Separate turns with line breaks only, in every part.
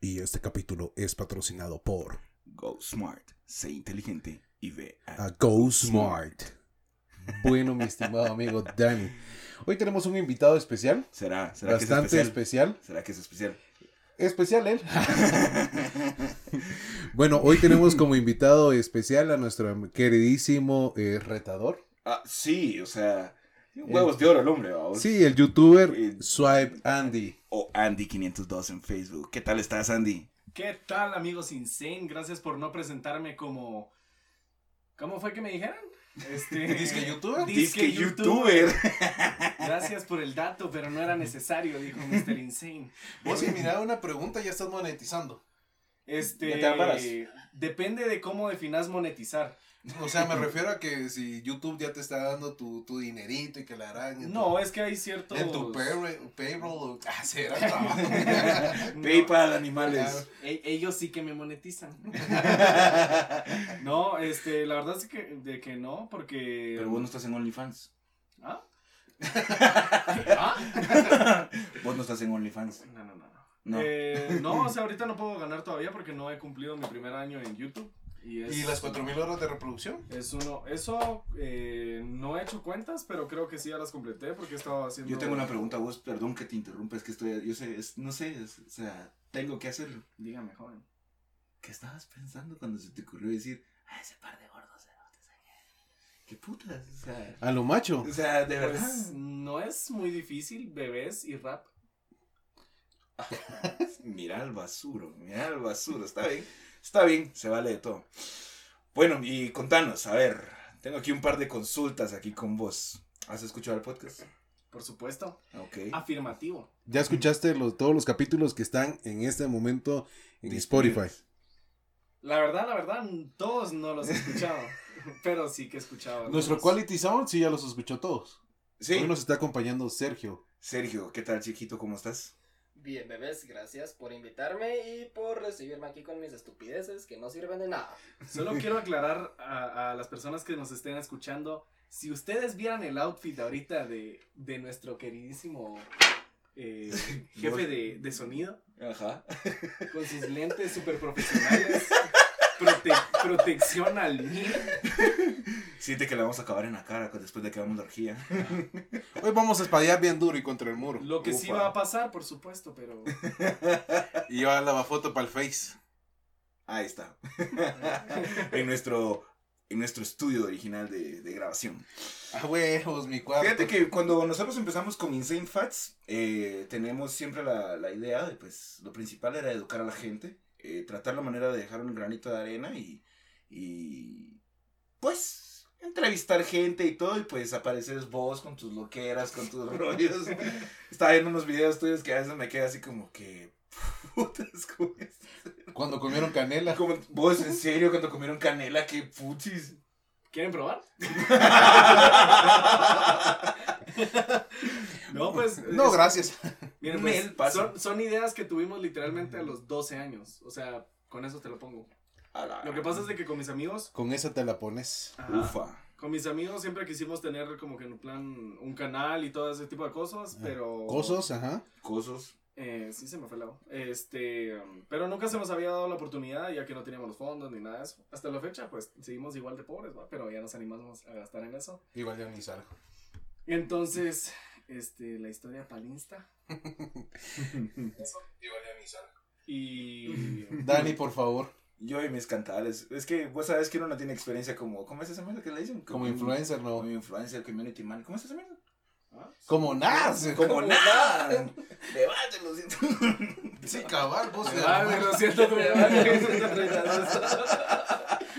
Y este capítulo es patrocinado por
Go Smart, sé inteligente y ve a-
a Go Smart. Bueno, mi estimado amigo Dani. Hoy tenemos un invitado especial,
¿Será, será que
bastante
es especial?
especial.
¿Será que es especial?
Especial él. bueno, hoy tenemos como invitado especial a nuestro queridísimo eh, retador.
ah, sí, o sea, huevos de oro el hombre, vamos.
Eh, Sí, el youtuber
Eh,
Swipe Andy.
O Andy502 en Facebook. ¿Qué tal estás, Andy?
¿Qué tal, amigos Insane? Gracias por no presentarme como. ¿Cómo fue que me dijeron? Este...
¿Disque youtuber?
Disque
Disque
youtuber. Gracias por el dato, pero no era necesario, dijo Mr. Insane.
Vos si miraba una pregunta ya estás monetizando.
Este.
Ya te amparas.
Depende de cómo definas monetizar.
O sea, me refiero a que si YouTube ya te está dando tu, tu dinerito y que la harán.
No, es que hay ciertos.
En tu payroll, payroll o- ah, será,
No,
PayPal, animales.
e- ellos sí que me monetizan. No, este, la verdad es que, de que no, porque.
Pero vos no estás en OnlyFans.
¿Ah? ¿Ah?
Vos no estás en OnlyFans.
No, no, no. no.
No.
Eh, no, o sea, ahorita no puedo ganar todavía porque no he cumplido mi primer año en YouTube. Y, es,
¿Y las 4000 horas de reproducción?
Es uno. Eso eh, no he hecho cuentas, pero creo que sí ya las completé porque estaba haciendo.
Yo tengo una pregunta a vos, perdón que te interrumpa, es que estoy, yo sé, es- no sé, es- o sea, tengo que hacerlo.
Dígame, joven.
¿Qué estabas pensando cuando se te ocurrió decir, ah, ese par de gordos cerotes ahí? ¿Qué putas? O sea,
A lo macho.
o sea, de verdad.
Pues no es muy difícil, bebés y rap.
Mira el basuro, mira el basuro, está bien, está bien, se vale de todo. Bueno, y contanos, a ver, tengo aquí un par de consultas aquí con vos. ¿Has escuchado el podcast?
Por supuesto.
Ok.
Ah, Afirmativo.
Ya escuchaste los, todos los capítulos que están en este momento en Spotify.
La verdad, la verdad, todos no los he escuchado. pero sí que he escuchado.
Nuestro
algunos.
Quality Sound sí ya los escuchó todos. Hoy
Sí,
nos está acompañando Sergio.
Sergio, ¿qué tal, chiquito? ¿Cómo estás?
Bien, bebés, gracias por invitarme y por recibirme aquí con mis estupideces que no sirven de nada.
Solo quiero aclarar a, a las personas que nos estén escuchando, si ustedes vieran el outfit ahorita de, de nuestro queridísimo eh, jefe de, de sonido,
Ajá.
con sus lentes super profesionales, prote- protección al mil.
Siente que le vamos a acabar en la cara después de que hagamos la orgía.
Hoy vamos a espadear bien duro y contra el muro.
Lo que sí
Ufa.
va a pasar, por supuesto, pero...
Y yo a la foto para el Face.
Ahí está. en, nuestro, en nuestro estudio original de, de grabación.
A huevos, mi cuarto.
Fíjate que cuando nosotros empezamos con Insane Facts, eh, tenemos siempre la, la idea de, pues, lo principal era educar a la gente, eh, tratar la manera de dejar un granito de arena y, y, pues, entrevistar gente y todo, y pues apareces vos con tus loqueras, con tus rollos. Estaba viendo unos videos tuyos que a veces me queda así como que... Putas, ¿cómo es?
Cuando comieron canela.
Como, vos, en serio, cuando comieron canela, qué putis.
¿Quieren probar? No, pues...
No,
es-
gracias.
Miren,
Nel,
pues,
pasa.
son, son ideas que tuvimos literalmente a los 12 años. O sea, con eso te lo pongo.
A la-
Lo que pasa es de que con mis amigos.
Con esa te la pones.
ajá,
Ufa.
Con mis amigos siempre quisimos tener como que en plan un canal y todo ese tipo de cosas, pero.
Cosos, ajá.
Cosos.
Eh, sí, se me fue el lado. Este. um, Pero nunca se nos había dado la oportunidad, ya que no teníamos los fondos ni nada de eso. Hasta la fecha, pues seguimos igual de pobres, ¿va? Pero ya nos animamos a gastar en eso.
Igual yo ni salgo.
Entonces, este, la historia palinsta.
Igual yo ni salgo.
Y.
Dani, por favor.
Yo y mis cantales. Es que vos sabes que uno no tiene experiencia como. ¿Cómo es esa mierda que le dicen?
Como influencer,
Como
no.
influencer, community man. ¿Cómo es esa mierda?
¿ah?
Como Nas.
Como nada. Debate, lo siento.
Sí, cabal, vos.
Me
de
vale,
armar.
lo siento, me vale.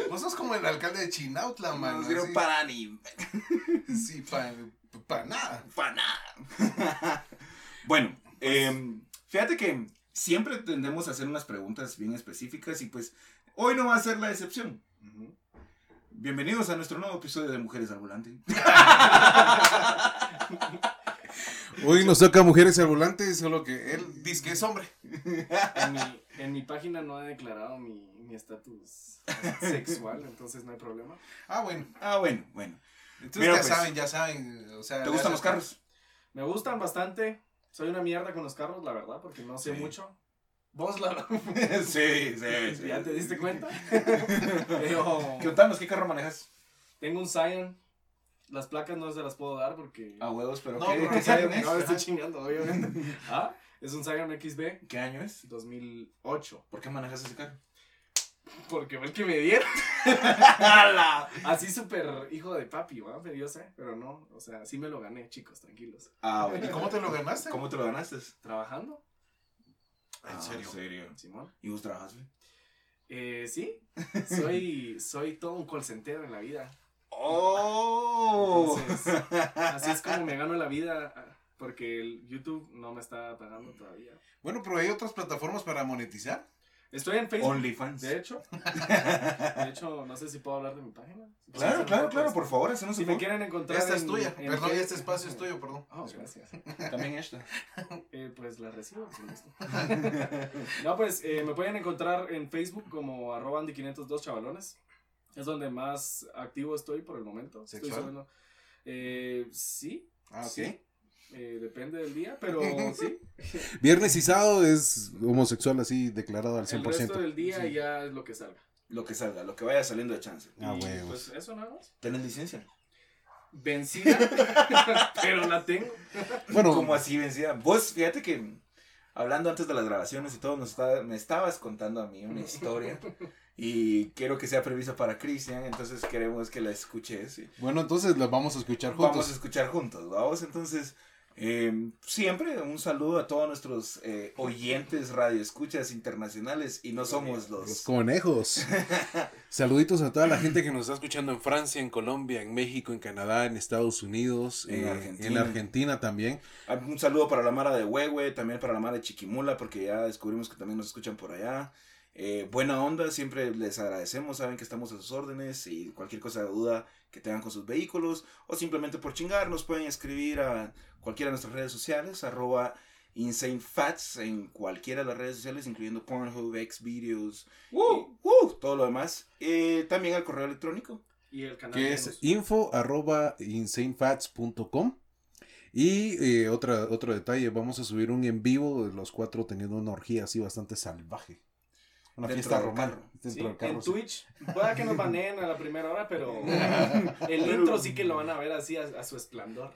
Vos sos como el alcalde de Chinautla, mano.
Nos dieron
así.
para ni.
Sí, para nada.
Para nada. bueno, eh, fíjate que siempre tendemos a hacer unas preguntas bien específicas y pues hoy no va a ser la excepción.
Ujú.
Bienvenidos a nuestro nuevo episodio de Mujeres al Volante.
Hoy nos toca mujeres al volante, solo que él dice que es hombre.
En mi, en mi página no he declarado mi mi estatus sexual, entonces no hay problema.
Ah, bueno.
Ah, bueno, bueno.
Entonces
Mira,
ya
pues,
saben, ya saben. O sea,
¿Te gustan
ya-
los carros?
Me gustan bastante. Soy una mierda con los carros, la verdad, porque no sé
Sí.
mucho. Vos lo
sí, sí, sí.
¿Ya te diste cuenta? Pero
Contanos, ¿qué carro manejas?
tengo un Scion. Las placas no se las puedo dar porque.
A huevos, pero
No,
¿qué,
porque
qué
Ah, Scion-
año es?
no, me estoy chingando, obviamente. Ah, es un Scion XB
¿Qué año es?
2008.
¿Por qué manejas ese carro?
Porque fue el que me dieron. Así súper hijo de papi, ¿va? Pero yo sé, pero no. O sea, sí me lo gané, chicos, tranquilos.
Ah,
¿Y
bueno.
cómo te lo ganaste?
¿Cómo te lo ganaste?
¿Trabajando?
Ah,
En serio.
En serio.
Simón.
¿Y vos trabajas, güey?
Eh, sí. Soy, soy todo un call center en la vida.
¡Oh!
Entonces, así es como me gano la vida. Porque el YouTube no me está pagando todavía.
Bueno, pero hay otras plataformas para monetizar.
Estoy en Facebook.
OnlyFans.
De hecho, de hecho, no sé si puedo hablar de mi página.
Claro, claro, claro, por favor, eso no
Si
se
me
puede.
quieren encontrar.
Esta es
en-
tuya.
en
Perdón,
Facebook-
este espacio es tuyo, perdón.
Oh, gracias.
También esta.
Eh, pues la recibo. con gusto. no, pues eh, me pueden encontrar en Facebook como arroba Andy502 chavalones. Es donde más activo estoy por el momento. Estoy
¿Sexual?
subiendo- eh, sí,
Ah,
sí. Eh, depende del día, pero sí.
Viernes y sábado es homosexual así declarado al
El resto
100%.
del día
Sí.
ya es lo que salga.
Lo que salga, lo que vaya saliendo de chance.
Ah,
Y,
huevos.
Pues eso nada más.
¿Tenés licencia?
Vencida, pero la tengo.
Bueno,
¿Cómo así vencida? Vos, fíjate que hablando antes de las grabaciones y todo, nos estaba- me estabas contando a mí una historia y quiero que sea prevista para Cristian, entonces queremos que la escuches. y
bueno, entonces las vamos a escuchar
Vamos a
juntos.
escuchar juntos, vamos. Entonces, eh, siempre un saludo a todos nuestros eh, oyentes, radioescuchas internacionales y no somos
Los
los.
conejos. Saluditos a toda la gente que nos está escuchando en Francia, en Colombia, en México, en Canadá, en Estados Unidos,
En
eh,
Argentina.
en Argentina también.
Ah, Un saludo para la Mara de Huehue, también para la Mara de Chiquimula, porque ya descubrimos que también nos escuchan por allá. Eh, buena onda, siempre les agradecemos, saben que estamos a sus órdenes y cualquier cosa de duda que tengan con sus vehículos o simplemente por chingar nos pueden escribir a cualquiera de nuestras redes sociales, arroba insanefats en cualquiera de las redes sociales, incluyendo Pornhub, Xvideos, y, uh, todo lo demás. Eh, también al correo electrónico.
Y el canal.
que
de
es
Venus.
info arroba insanefats.com. Y eh, otra, otro detalle, vamos a subir un en vivo de los cuatro teniendo una orgía así bastante salvaje. Una
Dentro
fiesta
del
romana.
carro.
Dentro
Sí,
del carro,
en
sí.
Twitch, pueda que nos baneen a la primera hora, pero el intro sí que lo van a ver así a, a su esplendor.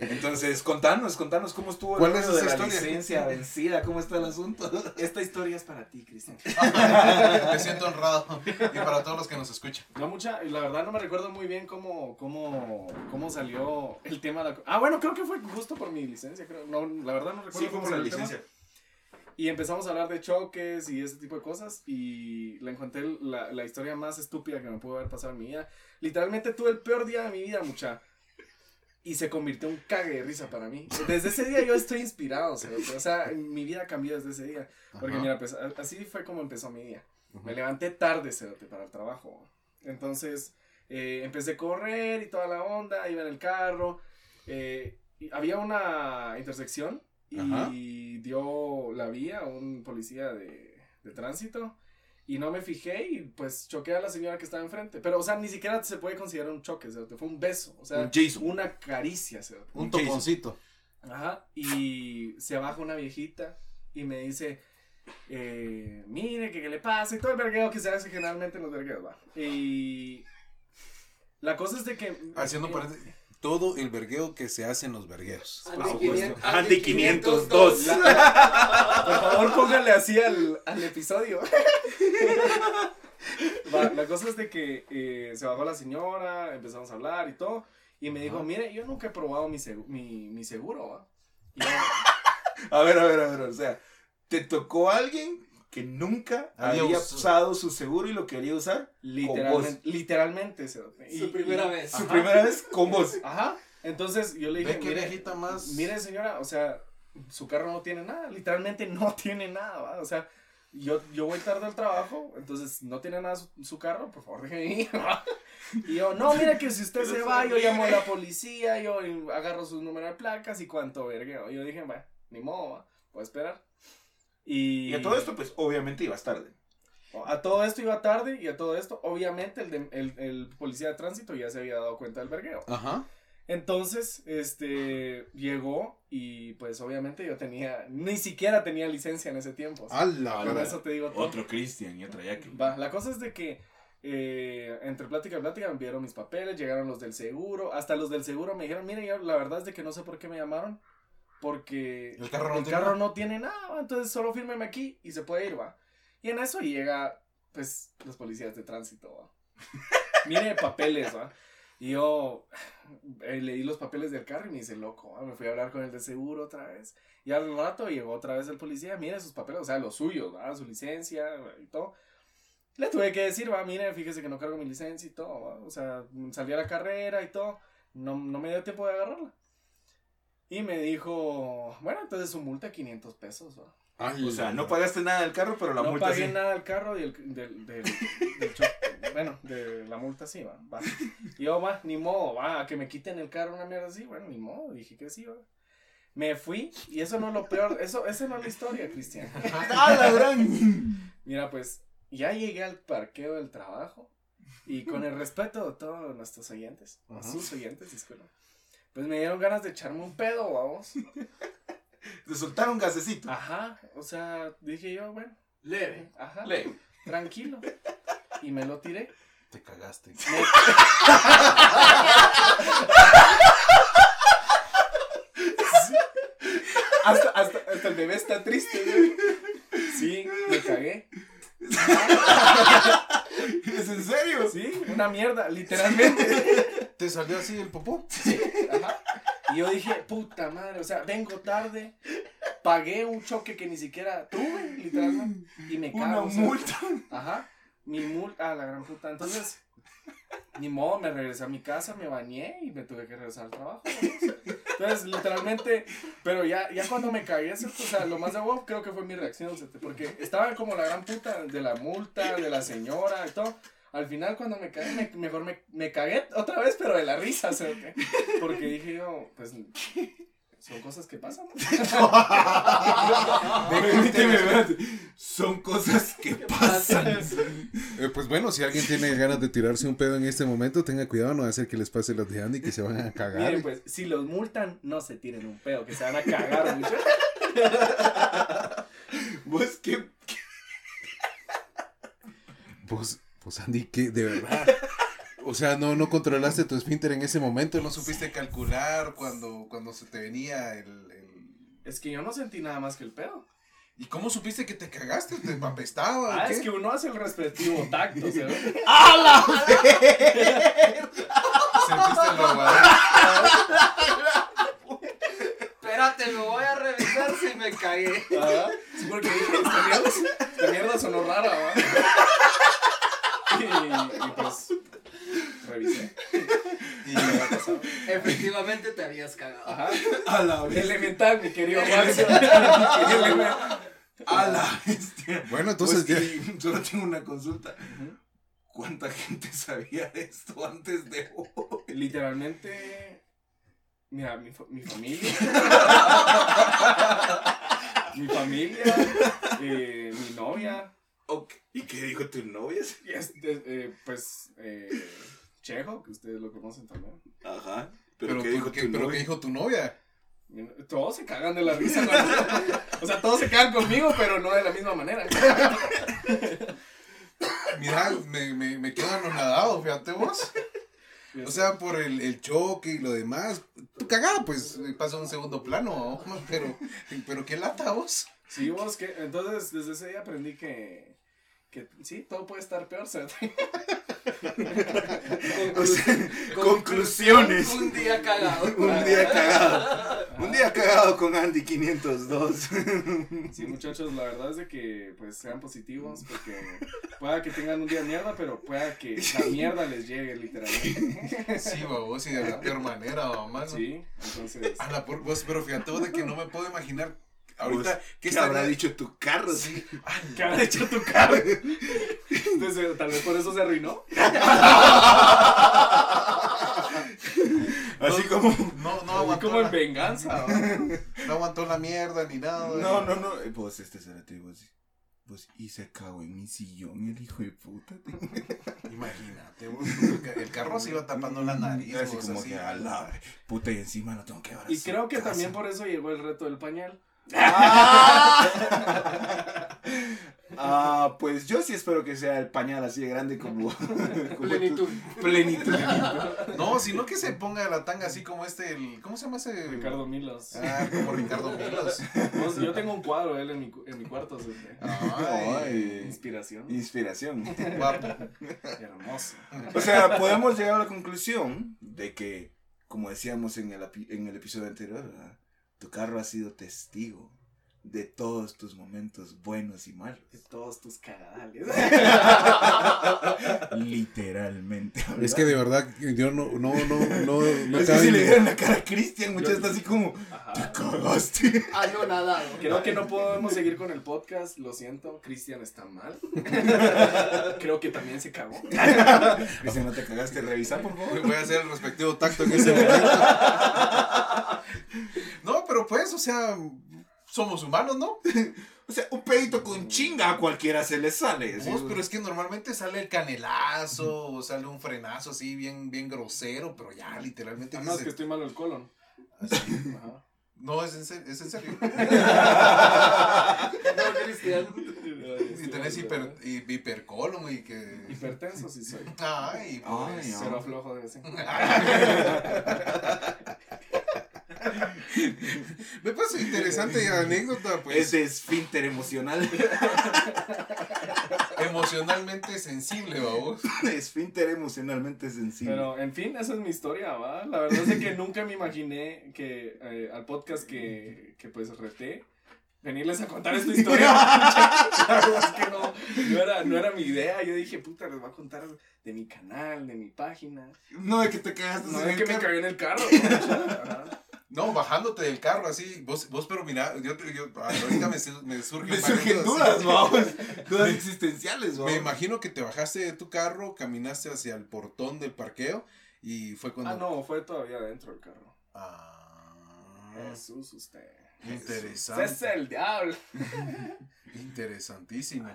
Entonces, contanos, contanos cómo estuvo
¿Cuál
el
es
rollo de
esa
la
historia?
licencia vencida, cómo está el asunto.
Esta historia es para ti, Cristian.
Me siento honrado. Y para todos los que nos escuchan.
No mucha, la verdad no me recuerdo muy bien cómo, cómo, cómo salió el tema. de la- ah, bueno, creo que fue justo por mi licencia, creo. No, la verdad no recuerdo cómo salió el tema. Y empezamos a hablar de choques y ese tipo de cosas. Y la encontré la, la historia más estúpida que me pudo haber pasado en mi vida. Literalmente tuve el peor día de mi vida, mucha. Y se convirtió en un cague de risa para mí. Desde ese día yo estoy inspirado, cerote. O sea, mi vida cambió desde ese día. Porque
Ajá.
mira, pues, a- así fue como empezó mi día.
Ujú.
Me levanté tarde, cerote, para el trabajo. Entonces, eh, empecé a correr y toda la onda. Iba en el carro. eh, y había una intersección y
Ajá.
dio la vía a un policía de, de tránsito y no me fijé y pues choqué a la señora que estaba enfrente. Pero, o sea, ni siquiera se puede considerar un choque, cerote, fue un beso, o sea,
Un Jason.
una caricia. cerote.
Un
Jason.
toponcito.
Ajá, y se baja una viejita y me dice, eh, mire, que qué le pasa y todo el vergueo que se hace generalmente en los vergueos, va. Y la cosa es de que...
Haciendo
eh,
paréntesis.
Todo el vergueo que se hace en los vergueos.
Andy,
supuesto.
este.
500
Andy 502.
La- por favor, póngale así al, al episodio. Va, la cosa es de que eh, se bajó la señora, empezamos a hablar y todo. Y me dijo,
Ajá.
mire, yo nunca he probado mi, segu- mi, mi seguro, ¿va?". Y yo,
A ver, a ver, a ver, o sea, te tocó alguien que nunca
Había
había,
usado.
usado su seguro y lo quería usar
literalmente, literalmente, cerote. Y-
Su primera
y-
vez.
su
Ajá.
primera vez con vos.
Ajá. Entonces yo le dije,
Ve qué
mire,
viejita más.
mire señora, o sea, su carro no tiene nada, literalmente no tiene nada, ¿va? o sea, yo, yo voy tarde al trabajo, entonces no tiene nada su, su carro, por favor déjeme ir. ¿va? Y yo, no, mira que si usted se va, yo llamo a la policía, yo agarro su número de placas y cuánto vergueo. Yo dije, bueno, ni modo, ¿va? voy a esperar. Y,
Y a todo esto, pues, obviamente ibas tarde.
a todo esto iba tarde y a todo esto, obviamente el, de- el, el policía de tránsito ya se había dado cuenta del vergueo.
Ajá.
Entonces, este, llegó y pues obviamente yo tenía, ni siquiera tenía licencia en ese tiempo. o sea,
¡Hala!
Ah,
con
la-
eso te digo todo.
Otro Cristian y otra Jackie.
Va, la cosa es de que eh, entre plática y plática me enviaron mis papeles, llegaron los del seguro, hasta los del seguro me dijeron, miren, yo la verdad es de que no sé por qué me llamaron, porque
El carro no
el
tiene
carro
nada.
no tiene nada, entonces solo fírmeme aquí y se puede ir, va. Y en eso llega, pues, los policías de tránsito, va. Mire, papeles, va. Y yo eh, leí los papeles del carro y me hice loco, va. me fui a hablar con el de seguro otra vez. Y al rato llegó otra vez el policía, mire sus papeles, o sea, los suyos, va, su licencia y todo. Le tuve que decir, va, mire, fíjese que no cargo mi licencia y todo, va. O sea, salí a la carrera y todo. No, no me dio tiempo de agarrarla. Y me dijo, bueno, entonces su multa 500 pesos, va.
¡Hala!
O sea, no pagaste nada del carro, pero la
no
multa
pagué
sí.
nada al carro y el, del, del, del cho- bueno, de la multa sí, va, va. Y yo, va, ni modo, va, a que me quiten el carro una mierda así, bueno, ni modo, dije que sí, va. Me fui, y eso no es lo peor, eso, esa no es la historia, Cristian.
¡Ah, la gran!
Mira, pues, ya llegué al parqueo del trabajo, y con el respeto de todos nuestros oyentes, a
Ajá.
sus oyentes, disculpen, pues me dieron ganas de echarme un pedo, vamos.
Te soltaron gasecito.
Ajá, o sea, dije yo, bueno,
Leve,
ajá,
leve.
tranquilo. Y me lo tiré.
Te cagaste.
Hasta, hasta, hasta el bebé está triste, güey.
Sí, me cagué.
¿Es en serio?
Sí, una mierda, literalmente.
¿Te salió así el popó?
Ajá. Y yo dije, puta madre, o sea, vengo tarde. Pagué un choque que ni siquiera tuve, literalmente. Y me cago.
Una
o sea,
multa.
Ajá. Mi multa, ah, la gran puta. Entonces, ni modo, me regresé a mi casa, me bañé y me tuve que regresar al trabajo. ¿no? Entonces, literalmente, pero ya, ya cuando me caí, eso, o sea, lo más de huevo creo que fue mi reacción, ¿sí? porque estaba como la gran puta de la multa, de la señora y todo. Al final, cuando me caí, me- mejor me, me cagué otra vez, pero de la risa, ¿sí? porque dije yo, pues, son cosas que pasan.
Permíteme, espérate. Son cosas que pasan.
Eh, pues bueno, si alguien tiene ganas de tirarse un pedo en este momento, tenga cuidado, no va a ser que les pase los de Andy que se van a cagar.
Miren, pues, si los multan, no se tiren un pedo, que se van a cagar mucho.
¿Vos qué?
Pues, pues Andy, que de verdad. O sea, no, no controlaste tu esfínter en ese momento, no
No supiste calcular cuando, cuando se te venía el, el-
Es que yo no sentí nada más que el pedo.
¿Y cómo supiste que te cagaste? ¿Te apestaba? o
Ah,
qué?
es que uno hace el respectivo tacto, ¿se ve?
Sentiste el aguadero.
Espérate, me voy a revisar si me cagué.
Ajá. Sí, porque dije, esta mierda, esta mierda sonó rara, ¿va? Y, y pues, revisé.
Y
Efectivamente te habías cagado.
Ajá.
A la
Elemental, mi querido Maxio.
A la bestia.
Bueno, entonces ya.
Pues, y solo tengo una consulta. ¿Cuánta gente sabía de esto antes de hoy?
Literalmente, mira, mi, fa- mi familia. mi familia, eh, mi novia.
Ok. ¿Y qué dijo tu novia?
Y este, eh, pues, eh, Chejo, que ustedes lo conocen también.
Ajá.
Pero, ¿qué dijo, tu pero ¿qué dijo tu novia?
Todos se cagan de la risa. cuando- o sea, todos se cagan conmigo, pero no de la misma manera.
Mira, me, me, me quedo anonadado, fíjate vos. O sea, por el, el choque y lo demás. Tu cagada, pues, pasa a un segundo plano, ¿no? pero, pero qué lata vos.
sí, vos que. Entonces, desde ese día aprendí que. Que sí, todo puede estar peor. ¿sabes?
O sea, conclusiones.
Un día cagado.
Un día cagado. Un día cagado con Andy 502.
Sí, muchachos, la verdad es de que pues sean positivos, porque pueda que tengan un día de mierda, pero pueda que la mierda les llegue literalmente.
Sí, babos, y de la peor manera, mamá. ¿no?
Sí, entonces.
A la por vos, pero fíjate vos de que no me puedo imaginar ahorita
¿Qué,
qué
habrá
estaría-
dicho tu carro?
Sí. Ah,
¿Qué habrá hecho tu carro? Entonces, tal vez por eso se arruinó.
Así como.
No, no
Y
aguantó,
como en
la,
venganza. ¿va?
no aguantó la mierda ni nada.
pues, No, no, no. eh, Vos, este será tu voz. Pues, y se cagó en mi sillón, el hijo de puta. te-
Imagínate, vos, el carro se iba tapando la nariz.
Así
vos,
como
así,
que,
a la-
puta, y encima lo tengo que abrazar.
Y creo que
Casa.
también por eso llegó el reto del pañal.
Ah, pues yo sí espero que sea el pañal así de grande como. como tú.
Plenitud.
Plenitud.
No, sino que se ponga la tanga así como este, el, ¿cómo se llama ese?
Ricardo Milos.
Ah, como Ricardo Milos.
Pues, yo tengo un cuadro de él en mi, cu- en mi cuarto. así que-
Ay,
Ay,
Inspiración.
Inspiración.
guapo.
Hermoso.
O sea, podemos llegar a la conclusión de que, como decíamos en el, api- en el episodio anterior, ¿verdad? tu carro ha sido testigo de todos tus momentos buenos y malos.
De todos tus cagadales.
Literalmente.
Es que de verdad, yo no, no, no, no, no
Es que
cabe
si
en
le
mi-
dieron la cara a Cristian,
Yo-
muchachos, está así como,
Ajá.
cagaste.
Ah, Anonadado.
Creo que no podemos seguir con el podcast, lo siento, Cristian está mal. Creo que también se cagó.
Cristian, no te cagaste, revisa, por favor.
Voy a hacer el respectivo tacto en ese momento. No, pero pues, o sea, somos humanos, ¿no?
O sea, un pedito con chinga a cualquiera se le sale. ¿sí?
Vos, pero es que normalmente sale el canelazo, o sale un frenazo así bien, bien grosero, pero ya literalmente.
Ah, no, es que
dices,
estoy malo el colon. Ajá.
No, es en serio. Es en serio.
No, Cristian.
y tenés hiper, hi- hipercolon y que.
Hipertenso sí soy.
Ay, pues.
Ay,
Cero aflojo de vez en cuando.
Me parece interesante anécdota, pues.
Ese esfínter emocional.
Emocionalmente sensible, vos.
esfínter emocionalmente sensible.
Pero, en fin, esa es mi historia, ¿va? La verdad es de que nunca me imaginé que eh, al podcast que, que, pues reté, venirles a contar esta historia. La verdad es que no, no era, no era mi idea. Yo dije, puta, les voy a contar de mi canal, de mi página.
No, de que te cagaste.
No
en
es
el
que me
carro.
cagué en el carro. Ajá.
No, bajándote del carro así. Vos, vos pero mira, yo, yo- ah, ahorita me, su- me surge
Me
una
surgen
anécdota así.
dudas, vamos. Dudas existenciales, vamos.
Me imagino que te bajaste de tu carro, caminaste hacia el portón del parqueo y fue cuando.
Ah, no, fue todavía dentro del carro.
Ah,
Jesús, usted. Usted
interesante.
es el diablo.
Interesantísimo.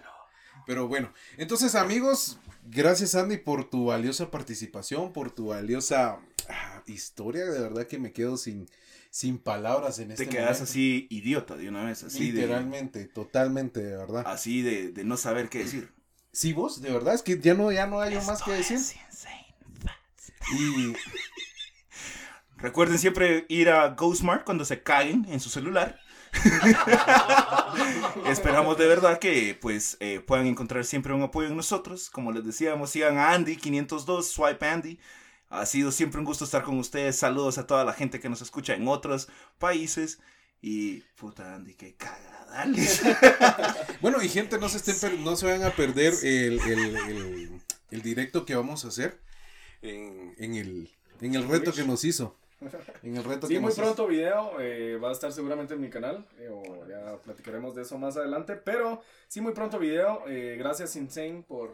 Pero bueno, entonces amigos,
Gracias Andy por tu valiosa participación, por tu valiosa ah, historia. De verdad que me quedo sin, sin palabras en este
te quedas
momento.
así idiota de una vez, así de, Ah.
Literalmente, totalmente, de verdad.
así de, de no saber qué decir.
Sí, vos, de verdad, es que ya no, ya no hay más que decir. Y
Recuerden siempre ir a GoSmart cuando se caguen en su celular. Esperamos de verdad que pues eh, puedan encontrar siempre un apoyo en nosotros. Como les decíamos, sigan a Andy 502, Swipe Andy. Ha sido siempre un gusto estar con ustedes. Saludos a toda la gente que nos escucha en otros países. Y puta Andy, qué cagadales.
bueno, y gente, no se estén per- no se vayan a perder el, el- el- el directo que vamos a hacer en, en el, en el reto que nos hizo. En el reto
Sí,
que
muy
nos hizo.
pronto video, eh, va a estar seguramente en mi canal, eh, o ya platicaremos de eso más adelante, pero sí, muy pronto video, eh, gracias Insane por,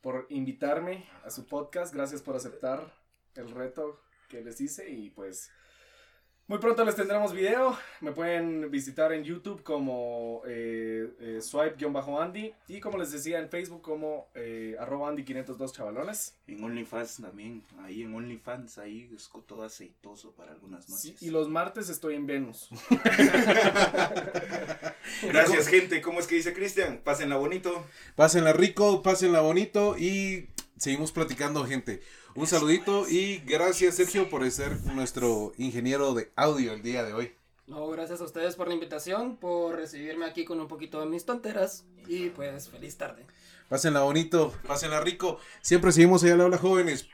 por invitarme a su podcast, gracias por aceptar el reto que les hice y pues muy pronto les tendremos video, me pueden visitar en YouTube como eh, eh, swipe-andy y como les decía en Facebook como eh, arroba andy502 chavalones.
En OnlyFans también, ahí en OnlyFans, ahí es co- todo aceitoso para algunas
Sí,
noches.
y los martes estoy en Venus.
Gracias gente, ¿cómo es que dice Cristian? Pásenla bonito.
Pásenla rico, pásenla bonito y seguimos platicando, gente. Un saludito y gracias, Sergio, por ser nuestro ingeniero de audio el día de hoy.
No, gracias a ustedes por la invitación, por recibirme aquí con un poquito de mis tonteras. Y pues, feliz tarde.
Pásenla bonito, pásenla rico. Siempre seguimos allá la habla, jóvenes.